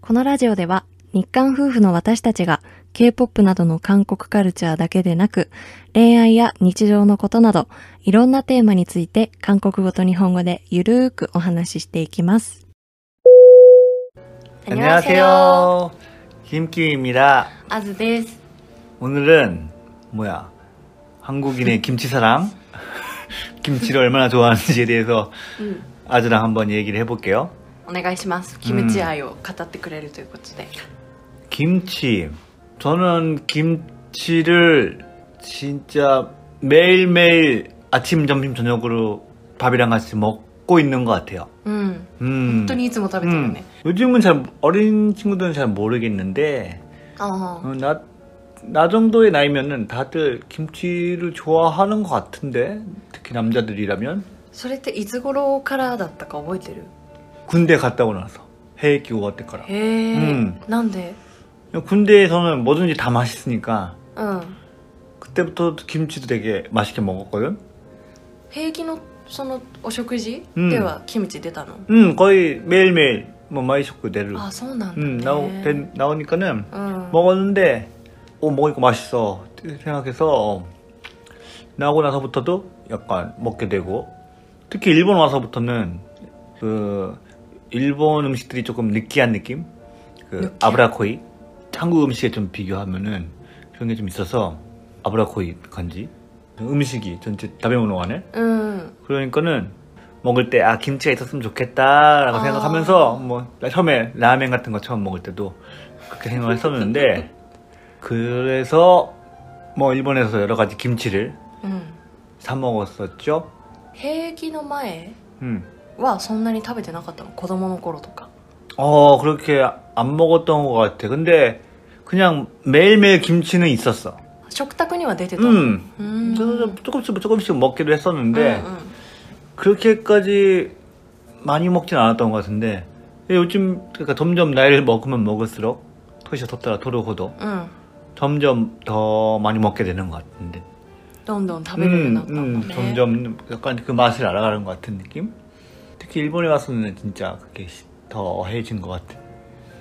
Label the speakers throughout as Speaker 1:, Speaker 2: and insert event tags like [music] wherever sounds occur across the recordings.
Speaker 1: このラジオでは日韓夫婦の私たちが K-POP などの韓国カルチャーだけでなく恋愛や日常のことなどいろんなテーマについて韓国語と日本語でゆるーくお話ししていきます。
Speaker 2: 안녕하세요. 김기입니다.
Speaker 1: 아즈です。
Speaker 2: 오늘은 뭐야? 한국인의 김치 사랑, [laughs] 김치를 얼마나 좋아하는지에 대해서
Speaker 1: うん、
Speaker 2: 아즈랑 한번 얘기를 해볼게요.
Speaker 1: お願いします。キムチ愛を語ってくれるということで。
Speaker 2: 김치. 저는 김치를 진짜 매일매일 아침, 점심, 저녁으로 밥이랑 같이 먹고 있는 것 같아요.
Speaker 1: うん。
Speaker 2: 음.
Speaker 1: 本当にいつも食べてるよ
Speaker 2: 음.
Speaker 1: ね。
Speaker 2: 요즘은 잘 어린 친구들은 잘 모르겠는데
Speaker 1: ああ。
Speaker 2: 어, 나, 나 정도의 나이면은 다들 김치를 좋아하는 것 같은데 특히 남자들이라면
Speaker 1: それっていつ頃からだったか覚えてる
Speaker 2: 군대 갔다 오고 나서 해외 기고 왔을 거라
Speaker 1: へえ、
Speaker 2: うん
Speaker 1: なんで
Speaker 2: 군대에서는 뭐든지 다 맛있으니까
Speaker 1: うん。
Speaker 2: 그때부터 김치도 되게 맛있게 먹었거든
Speaker 1: 平気のそのお食事、
Speaker 2: うん
Speaker 1: ではキムチ出たの
Speaker 2: 음 거의 매일매일 뭐 많이 셨고 내를
Speaker 1: あそうなんだ、ね
Speaker 2: 음 나오, 된- 나오니까는
Speaker 1: うん、
Speaker 2: 먹었는데 어 먹으니까 맛있어 생각해서 나오고 나서부터도 약간 먹게 되고 특히 일본 와서부터는 그 일본 음식들이 조금 느끼한 느낌 그
Speaker 1: 느끼한?
Speaker 2: 아브라코이 한국 음식에 좀 비교하면은 그런 게 좀 있어서 아브라코이 간지 음식이 전체 다배우는 안에
Speaker 1: うん、
Speaker 2: 그러니까는 먹을 때 아 김치가 있었으면 좋겠다라고
Speaker 1: 아.
Speaker 2: 생각하면서 뭐 처음에 라면 같은 거 처음 먹을 때도 그렇게 생각을 했었는데 그래서 뭐 일본에서 여러 가지 김치를
Speaker 1: うん、
Speaker 2: 사 먹었었죠.
Speaker 1: 平気の前
Speaker 2: 음.
Speaker 1: はそんなに食べてなかったの子供の頃とか
Speaker 2: 어 그렇게 안 먹었던 것 같아. 근데 그냥 매일매일 김치는 있었어.
Speaker 1: 食卓には出てたの
Speaker 2: 음.
Speaker 1: う
Speaker 2: 그래서
Speaker 1: ん
Speaker 2: 좀 조금씩 조금씩 먹기도 했었는데
Speaker 1: うんうん
Speaker 2: 그렇게까지 많이 먹진 않았던 것 같은데 요즘 그러니까 점점 나이를 먹으면 먹을수록 토시가 덥더라 도로호도
Speaker 1: うん、
Speaker 2: 점점 더 많이 먹게 되는 것 같은데 음,
Speaker 1: どんどん食べるようになったんだね、
Speaker 2: 점점 약간 그 맛을 알아가는 것 같은 느낌 특히 일본에 와서는 진짜 그게 시- 더 해진 것 같아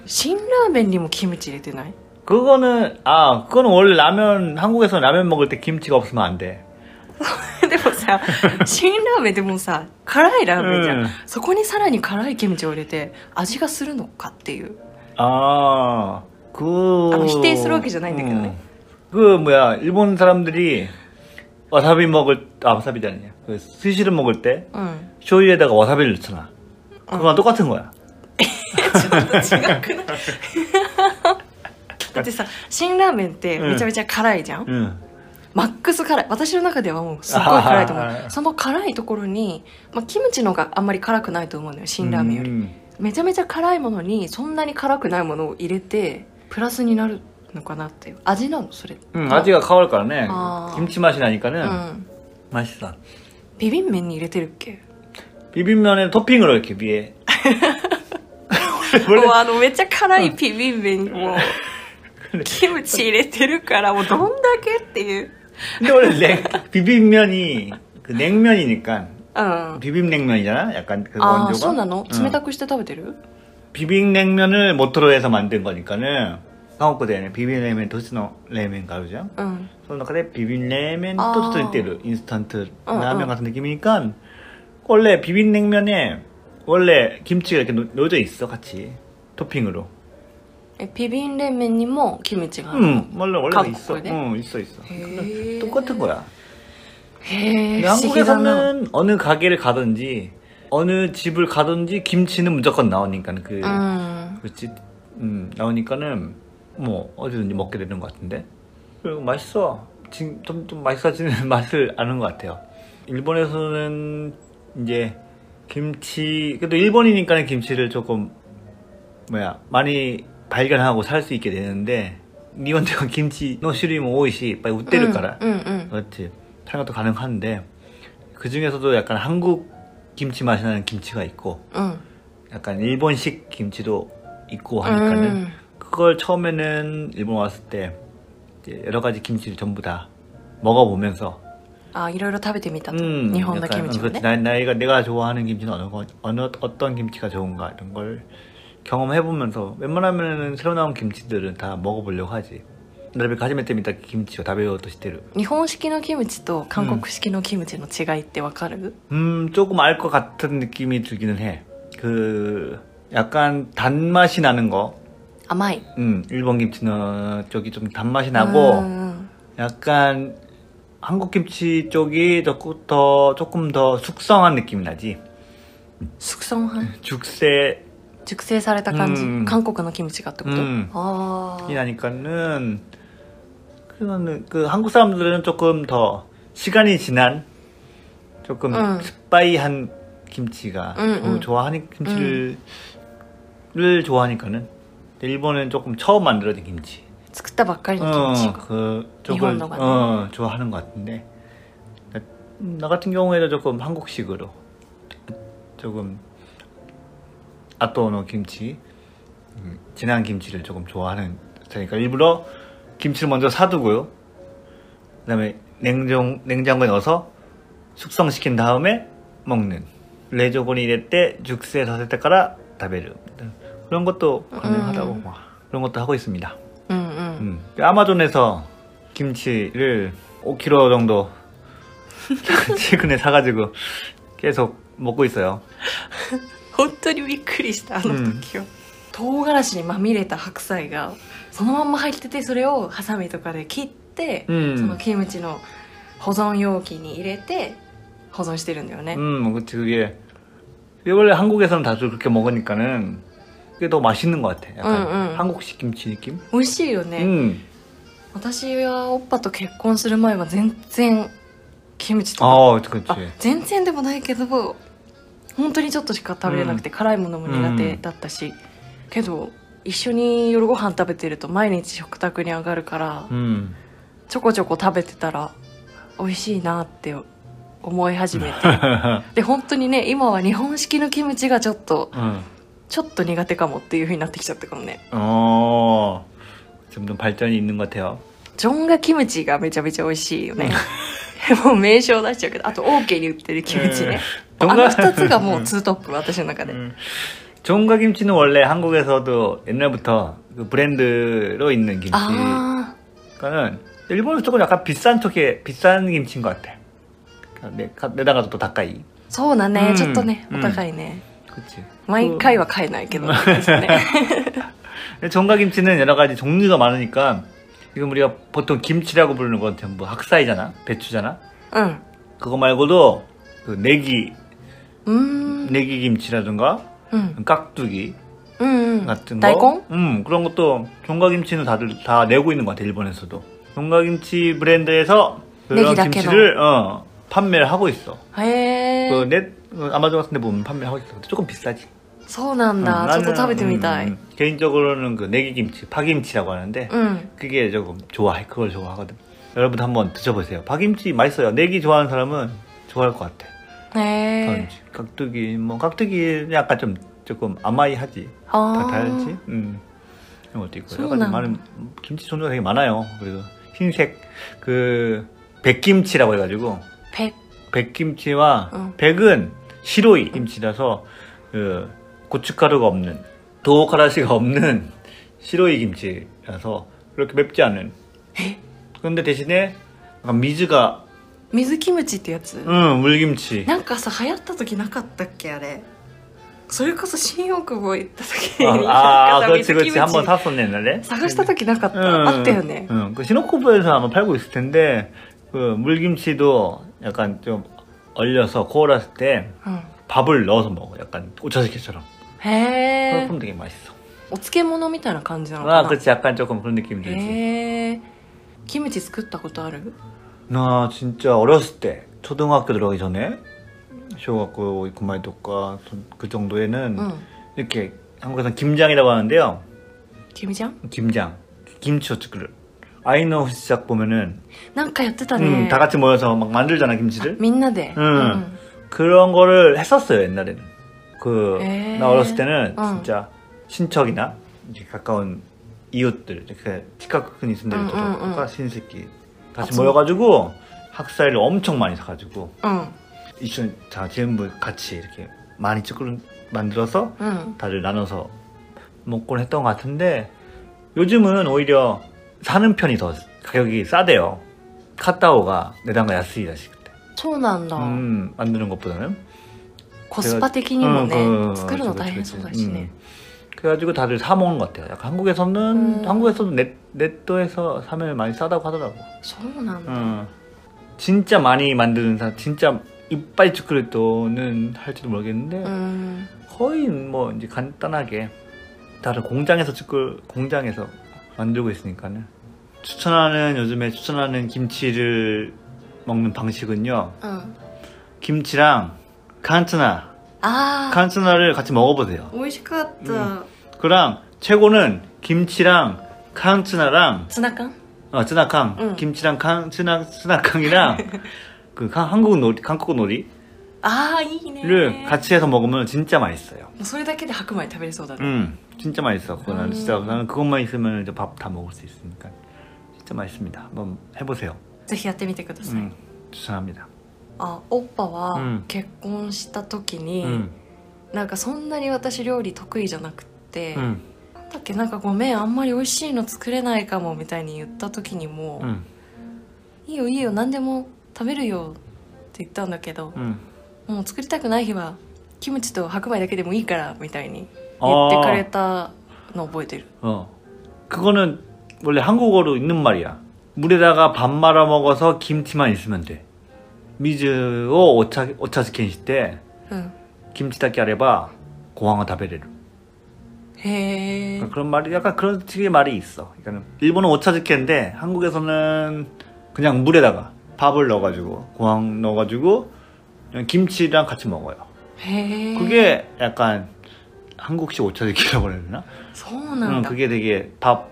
Speaker 1: 辛ラーメンにもキムチ入れてない [laughs]
Speaker 2: 그거는 아 그거는 원래 라면 한국에서 라면 먹을 때 김치가 없으면 안돼
Speaker 1: でもさ [laughs] 辛ラーメンでもさ辛いラーメンじゃん、
Speaker 2: うん
Speaker 1: そこにさらに辛いキムチを入れて味がするのかっていう
Speaker 2: 아, 그. 음.
Speaker 1: 아, 히데이스러워하기 전에 했는데, 근데.
Speaker 2: 그, 뭐야, 일본 사람들이 와사비 먹을, 아, 와사비가 아니야. 그 스시를 먹을 때,
Speaker 1: うん
Speaker 2: 쇼유에다가 와사비를 넣잖아.
Speaker 1: 어.
Speaker 2: 그거랑 똑같은 거야.
Speaker 1: ちょっと違く [laughs] ないだってさ辛ラーメンってめちゃめちゃ辛いじゃん、
Speaker 2: 응.
Speaker 1: マックス辛い私の中ではもうすっごい辛いと思
Speaker 2: あはは
Speaker 1: うその辛いところに、まあ、キムチの方があんまり辛くないと思うのよ辛ラーメンより、
Speaker 2: 음.
Speaker 1: めちゃめちゃ辛いものにそんなに辛くないものを入れてプラスになるのかなっていう味なのそれ
Speaker 2: 응, 음. 아지가 가을까라네.
Speaker 1: 아.
Speaker 2: 김치 맛이
Speaker 1: う
Speaker 2: 나니까는
Speaker 1: ん
Speaker 2: 맛있어.
Speaker 1: ビビン麺に入れてるっけ
Speaker 2: 비빔면에 토핑으로 이렇게
Speaker 1: [laughs]
Speaker 2: 위에. 원래
Speaker 1: もうあのめっちゃ辛いビビン麺 [laughs] を
Speaker 2: 그래.
Speaker 1: キムチ入れてるからもうどんだけっていう
Speaker 2: 근데 원래 냉, 비빔면이 그 냉면이니까
Speaker 1: うん
Speaker 2: 비빔냉면이잖아. 약간 그
Speaker 1: ああ
Speaker 2: 원조가.
Speaker 1: そうなの
Speaker 2: 응.
Speaker 1: 冷たくして食べてる
Speaker 2: 비빔냉면을 모토로 해서 만든 거니까는 한국에 비빔냉면 도시노 냉면 가루죠.
Speaker 1: うん
Speaker 2: その中でビビン冷麺
Speaker 1: あー
Speaker 2: としててるインスタントラーメ
Speaker 1: 응, 응.
Speaker 2: 면 같은 느낌이니까 원래 비빔냉면에 원래 김치가 이렇게 놓- 놓여져 있어 같이 토핑으로
Speaker 1: えビビン冷麺にもキムチがあるの
Speaker 2: 응 음, 원래 원래
Speaker 1: 각
Speaker 2: 있어
Speaker 1: 거에 대해?
Speaker 2: 응 있어 있어
Speaker 1: 해.
Speaker 2: 똑같은 거야
Speaker 1: へえ
Speaker 2: 근데
Speaker 1: 不思議だな
Speaker 2: 한국에서는 어느 가게를 가든지 어느 집을 가든지 김치는 무조건 나오니까 그
Speaker 1: 아. うん
Speaker 2: 그렇지. 음, 나오니까는 뭐 어디든지 먹게 되는 것 같은데. 그리고 맛있어. 지금 좀, 좀 맛있어지는 [laughs] 맛을 아는 것 같아요. 일본에서는 이제 김치, 그래도 일본이니까는 김치를 조금 뭐야 많이 발견하고 살 수 있게 되는데 니혼테가 [laughs] 김치 노시리모 오이시 빨리
Speaker 1: うん
Speaker 2: 웃대를까라
Speaker 1: うんうん
Speaker 2: 그렇지. 다른 것도 가능한데 그 중에서도 약간 한국 김치 맛이 나는 김치가 있고
Speaker 1: うん
Speaker 2: 약간 일본식 김치도 있고 하니까는
Speaker 1: 음.
Speaker 2: 그걸 처음에는 일본 왔을 때 이제 여러 가지 김치를 전부 다 먹어보면서
Speaker 1: あいろいろ食べてみたと、
Speaker 2: 음,
Speaker 1: 日本のキ
Speaker 2: 약간,
Speaker 1: ムチ
Speaker 2: 어,
Speaker 1: を
Speaker 2: 그렇지.
Speaker 1: ね
Speaker 2: 나, 나이가 내가 좋아하는 김치는 어느 거- 어느 어떤 김치가 좋은가 이런 걸 경험해보면서 웬만하면 새로 나온 kimchi들은 다 먹어보려고 하지. なるべく初めて見たキムチを食べようとしてる。
Speaker 1: 日本式のキムチと韓国式のキムチの違いってわかる、
Speaker 2: 음, 조금 알 것 같은 느낌이 들기는 해. 그, 약간 단맛이 나는 거.
Speaker 1: 甘い
Speaker 2: 음, 일본 김치 는 쪽이 좀 단맛이
Speaker 1: う
Speaker 2: 나고,
Speaker 1: ん
Speaker 2: 약간 한국 김치 쪽이 조금 더, 조금 더 숙성한 느낌이 나지.
Speaker 1: 숙성한
Speaker 2: 죽새,
Speaker 1: 熟成された感じ、
Speaker 2: うん
Speaker 1: 韓国のキムチがってこと、
Speaker 2: うん
Speaker 1: あ
Speaker 2: 이
Speaker 1: あ
Speaker 2: 나니까는 그거는 그 한국 사람들은 조금 더 시간이 지난 조금
Speaker 1: 응.
Speaker 2: 스파이한 김치가
Speaker 1: 응, 응.
Speaker 2: 좋아하니 김치를 를 좋아하니까는 근데 일본은 조금 처음 만들어진 김치
Speaker 1: 作ったばっかりのキムチが、
Speaker 2: 그
Speaker 1: 일본
Speaker 2: 쪽을
Speaker 1: 동안.
Speaker 2: 어, 좋아하는 것 같은데 나, 나 같은 경우에도 조금 한국식으로 조금 아토노 김치 음, 진한 김치를 조금 좋아하는 그러니까 일부러 김치를 먼저 사두고요 그다음에 냉장 냉장고에 넣어서 숙성시킨 다음에 먹는 레조곤이 이랬대 죽세 사세 때까라 다베르 그런 것도 가능하다고
Speaker 1: 음.
Speaker 2: 그런 것도 하고 있습니다.
Speaker 1: うんうん、
Speaker 2: 음. 아마존에서 김치를 5kg 정도 [laughs] 최근에 사가지고 계속 먹고 있어요.
Speaker 1: 本当にびっくりしたあの時は、唐辛子にまみれた白菜がそのまんま入っててそれをハサミとかで切って、
Speaker 2: 음,
Speaker 1: そのキムチの保存容器に入れて保存してるんだよね、
Speaker 2: 음, 그치 그게 이게 원래 한국에서는 다들 그렇게 먹으니까는 그게 더 맛있는 것 같아. 약간
Speaker 1: 응, 네. 응.
Speaker 2: 한국식 김치 느낌.
Speaker 1: 美味しいよね、
Speaker 2: 음,
Speaker 1: 私はオッパと結婚する前は全然キムチとか
Speaker 2: 어 그치.
Speaker 1: あ全然でもないけど本当にちょっとしか食べれなくて、辛いものも苦手だったし、けど一緒に夜ご飯食べてると毎日食卓に上がるから、
Speaker 2: 음, [laughs]
Speaker 1: ちょこちょこ食べてたら美味しいなって思い始めて
Speaker 2: [laughs]
Speaker 1: で本当にね今は日本式のキムチがちょっと
Speaker 2: 응.
Speaker 1: ちょっと苦手かもっていう風になってきちゃったかもね
Speaker 2: 어, 점점 발전이 있는 것 같아요.
Speaker 1: ジョンガキムチがめちゃめちゃ美味しいよねもう名称出しちゃうけどあとオーケーに売ってるキムチね、
Speaker 2: 음.
Speaker 1: あの2つがも
Speaker 2: 음.
Speaker 1: うツートップ私の中で、
Speaker 2: 종가 음. 김치는 원래 한국에서도 옛날부터 그 브랜드로 있는 김치.
Speaker 1: 아
Speaker 2: 그러니까는 일본에서 조금 약간 비싼 쪽에 비싼 김치인 것 같아. 그러니까 내 가- 내다가도 또 가까이.
Speaker 1: そうだね、
Speaker 2: うん
Speaker 1: ちょっとね
Speaker 2: う
Speaker 1: お
Speaker 2: ん
Speaker 1: 高いね、
Speaker 2: 그렇지.
Speaker 1: 毎回は買えないけ
Speaker 2: [laughs]
Speaker 1: ど、ね、
Speaker 2: 종가 김치는 여러 가지 종류가 많으니까 지금 우리가 보통 김치라고 부르는 건 전부 학사이잖아, 배추잖아.
Speaker 1: うん
Speaker 2: 그거 말고도 그 내기,
Speaker 1: うーん
Speaker 2: 내기 김치라든가
Speaker 1: うん、
Speaker 2: 깍두기
Speaker 1: うんう
Speaker 2: 같은
Speaker 1: ん、
Speaker 2: 거.
Speaker 1: 大根
Speaker 2: 음, 그런 것도 종가김치는 다들 다 내고 있는 것 같아, 일본에서도. 종가김치 브랜드에서 그런
Speaker 1: 내기라케노.
Speaker 2: 김치를 어, 판매를 하고 있어.
Speaker 1: へえ
Speaker 2: 그 넷, 어, 아마존 같은 데 보면 판매하고 있어. 근데 조금 비싸지.
Speaker 1: そうなんだ、
Speaker 2: 음,
Speaker 1: ちょっと食べてみたい
Speaker 2: 음, 음. 개인적으로는 그 내기김치, 파김치라고 하는데
Speaker 1: うん、
Speaker 2: 그게 조금 좋아해. 그걸 좋아하거든. 여러분도 한번 드셔보세요. 파김치 맛있어요. 내기 좋아하는 사람은 좋아할 것 같아.
Speaker 1: へえ
Speaker 2: 파김치. 깍두기, 뭐 깍두기 약간 좀 조금 아마이하지. 다
Speaker 1: あー
Speaker 2: 다르지? 음. 이런 것도 있고.
Speaker 1: 소나.
Speaker 2: 여러 가지 많은 김치 종류가 되게 많아요. 그리고 흰색 그 백김치라고 해가지고
Speaker 1: ペ
Speaker 2: 백김치와
Speaker 1: 어.
Speaker 2: 백은 시로이 김치라서 그 고춧가루가 없는 도우카라시가 없는 시로이 김치라서 그렇게 맵지 않은. 근데 대신에 약간 미즈가
Speaker 1: 水キムチってやつ、
Speaker 2: 응 [laughs] 물김치.
Speaker 1: なんかさ流行った時なかったっけあれそれこそ新大久保行った時
Speaker 2: 아,
Speaker 1: になんか
Speaker 2: 아,
Speaker 1: さ
Speaker 2: 그렇지
Speaker 1: 水キム
Speaker 2: 그렇지
Speaker 1: チ
Speaker 2: 한번 샀었네 옛날에.
Speaker 1: 探した時なかった、あったよね、
Speaker 2: 응, 어. 그 시노쿠버에서 아마 팔고 있을 텐데 그 물김치도 약간 좀 얼려서 코올았을 때
Speaker 1: うん
Speaker 2: 밥을 넣어서 먹어. 약간 오차즈케처럼.
Speaker 1: へえ
Speaker 2: 그럼 되게 맛있어.
Speaker 1: お漬物みたいな感じなのかな
Speaker 2: 네. 아 네. 그렇지 약간 조금 그런 느낌이 들지.
Speaker 1: へえキムチ作ったことある
Speaker 2: 나 진짜 어렸을 때 초등학교 들어가기 전에 쇼갖고 구마이 독과 그 정도에는
Speaker 1: うん
Speaker 2: 이렇게 한국에서는 김장이라고 하는데요.
Speaker 1: キムちゃん
Speaker 2: 김장, 김치호츠크를 아이노 시작 보면은
Speaker 1: なんかやってたね、
Speaker 2: 음, 다 같이 모여서 막 만들잖아 김치를.
Speaker 1: みんなで、
Speaker 2: うん 그런 거를 했었어요 옛날에는 그
Speaker 1: 에.
Speaker 2: 나 어렸을 때는
Speaker 1: 응.
Speaker 2: 진짜 친척이나 이제 가까운 이웃들 이렇게 직각근 있는 데도
Speaker 1: 응, 응,
Speaker 2: 가 신새끼 같이
Speaker 1: 같이
Speaker 2: 모여가지고 학사를 엄청 많이 사가지고
Speaker 1: うん
Speaker 2: 이춘 다 전부 같이 이렇게 많이 쭈꾸를 만들어서
Speaker 1: うん
Speaker 2: 다들 나눠서 먹곤 했던 것 같은데 요즘은 오히려 사는 편이 더 가격이 싸대요. 카타오가値段が安いらしくて
Speaker 1: そうなんだ、
Speaker 2: 음, 만드는 것보다는
Speaker 1: コスパ的にもね、
Speaker 2: 응, 응, 응,
Speaker 1: 作るの大変
Speaker 2: 어,
Speaker 1: そ
Speaker 2: 그렇죠, 그치,
Speaker 1: うだ
Speaker 2: 그치,
Speaker 1: し
Speaker 2: 그치.
Speaker 1: ね
Speaker 2: 음. 그래가지고 다들 사 먹은 것 같아요. 약간 한국에서는
Speaker 1: 음.
Speaker 2: 한국에서도 넷, 넷도에서 사면 많이 싸다고 하더라고.
Speaker 1: そうなんだ、
Speaker 2: 음. 진짜 많이 만드는 사람, 진짜 이빨 찌끄리또는 할지도 모르겠는데
Speaker 1: 음. うん、
Speaker 2: 거의 뭐 이제 간단하게 다른 공장에서 찌끌 공장에서 만들고 있으니까는 추천하는 요즘에 추천하는 김치를 먹는 방식은요
Speaker 1: うんあ
Speaker 2: 김치랑 칸츠나
Speaker 1: あー
Speaker 2: 칸츠나를 같이 먹어보세요.
Speaker 1: 美味しかった、
Speaker 2: うん 그랑 최고는 김치랑 칸츠나랑
Speaker 1: ツナ缶
Speaker 2: 어, 쯔나캉
Speaker 1: 응.
Speaker 2: 김치랑 칸 쯔나
Speaker 1: [laughs]
Speaker 2: 쯔나캉이랑 그 한- 한국 놀이 한국 놀이를
Speaker 1: ああいいねも
Speaker 2: 같이 해서 먹으면 진짜 맛있어요.
Speaker 1: うそれだけで白米食べれそうだね、
Speaker 2: 음, 진짜 맛있어. 그거 나는
Speaker 1: 음.
Speaker 2: 진짜 나는 그것만 있으면 이제 밥 다 먹을 수 있으니까 진짜 맛있습니다. 한번 해보세요.
Speaker 1: ぜひやってみてください、
Speaker 2: 음, 추천합니다.
Speaker 1: あオッパ
Speaker 2: う
Speaker 1: は
Speaker 2: ん
Speaker 1: 結婚した時に、
Speaker 2: 음,
Speaker 1: なんかそんなに私料理得意じゃなくて、
Speaker 2: 음,
Speaker 1: なんだっけなんかごめんあんまり美味しいの作れないかもみたいに言った時にもう、
Speaker 2: 음,
Speaker 1: いいよいいよ何でも食べるよって言ったんだけど、
Speaker 2: 음.
Speaker 1: もう作りたくない日はキムチと白米だけでもいいからみたいに言ってくれ
Speaker 2: 어,
Speaker 1: たの覚えてる
Speaker 2: 어, 그거는 원래 한국어로 있는 말이야. 물에다가 밥 말아 먹어서 김치만 있으면 돼. 미즈오 오차 오차 스킨 시때
Speaker 1: うん
Speaker 2: 김치 닦기 아래봐 고항어 다베레루.
Speaker 1: へえ
Speaker 2: 그러니까 그런 말이 약간 그런 식의 말이 있어. 그러니까 일본은 오차즈케인데 한국에서는 그냥 물에다가 밥을 넣어가지고 고항 넣어가지고 그냥 김치랑 같이 먹어요.
Speaker 1: へえ
Speaker 2: 그게 약간 한국식 오차즈케라고 해야 되나?
Speaker 1: そうなんだ、
Speaker 2: 그게 되게 밥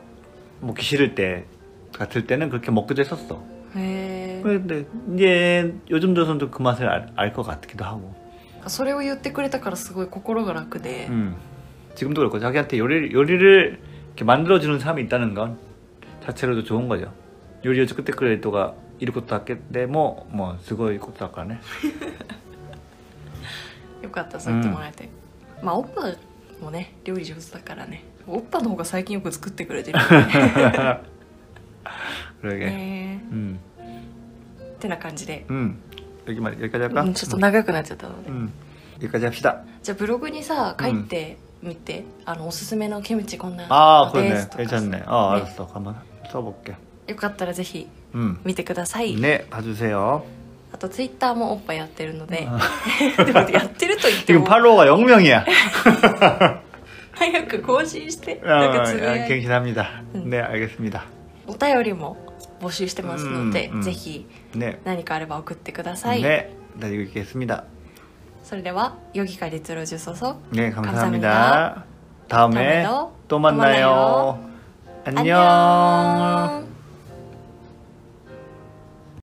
Speaker 2: 먹기 싫을 때 같을 때는 그렇게 먹기도 했었어.
Speaker 1: へえ
Speaker 2: 근데 네. 이제 요즘 들어서는 좀그 맛을 알 것 같기도 하고.
Speaker 1: それを言ってくれたからすごい心が楽で、
Speaker 2: 음. 지금도 그렇고 자기한테 요리, 요리를 이렇게 만들어주는 사람이 있다는 건 자체로도 좋은 거죠. 요리 요즘 그때 그래도가 이럴 것도 아겠네 뭐뭐 쓰고 이 것도 아까네. [laughs]
Speaker 1: よかったそう言ってもらえて、まあオッパもね料理上手だからねオッパの方が最近よく作ってくれて [laughs] るよ
Speaker 2: 그러게.
Speaker 1: ね
Speaker 2: 음.
Speaker 1: ねってな感じで、
Speaker 2: 음. 여기만 여기까지
Speaker 1: う
Speaker 2: 할까?
Speaker 1: ん、ちょっと長くなっちゃったので、
Speaker 2: 음. 여기까지 합시다.
Speaker 1: じゃあブログにさ書いてみて、あのおすすめのキムチこんな
Speaker 2: 아
Speaker 1: で
Speaker 2: 그러네.
Speaker 1: すとかさ
Speaker 2: 괜찮네. 어 알았어. 가만 써볼게.
Speaker 1: よかったらぜひ
Speaker 2: 음.
Speaker 1: 見てください、
Speaker 2: 네 봐주세요.
Speaker 1: あとツイッターもおっぱいやってるので [laughs] でもやってると言って
Speaker 2: 지금
Speaker 1: も
Speaker 2: 팔로워가 [laughs] 0명이야.
Speaker 1: 早く更新してなん
Speaker 2: 어,
Speaker 1: かつぶやいて
Speaker 2: 갱신합니다.
Speaker 1: 음.
Speaker 2: 아, 네 알겠습니다.
Speaker 1: お便りも募集してますので、
Speaker 2: うんうん
Speaker 1: ぜひ
Speaker 2: 네.
Speaker 1: 何かあれば送ってください、
Speaker 2: 네. 나 이거 읽겠습니다.
Speaker 1: それでは여기까지들어주셔서
Speaker 2: 네, 감사합니다.
Speaker 1: 감사합니다.
Speaker 2: 다음에
Speaker 1: 다음에도
Speaker 2: 또 만나요.
Speaker 1: 또 만나요.
Speaker 2: 안녕.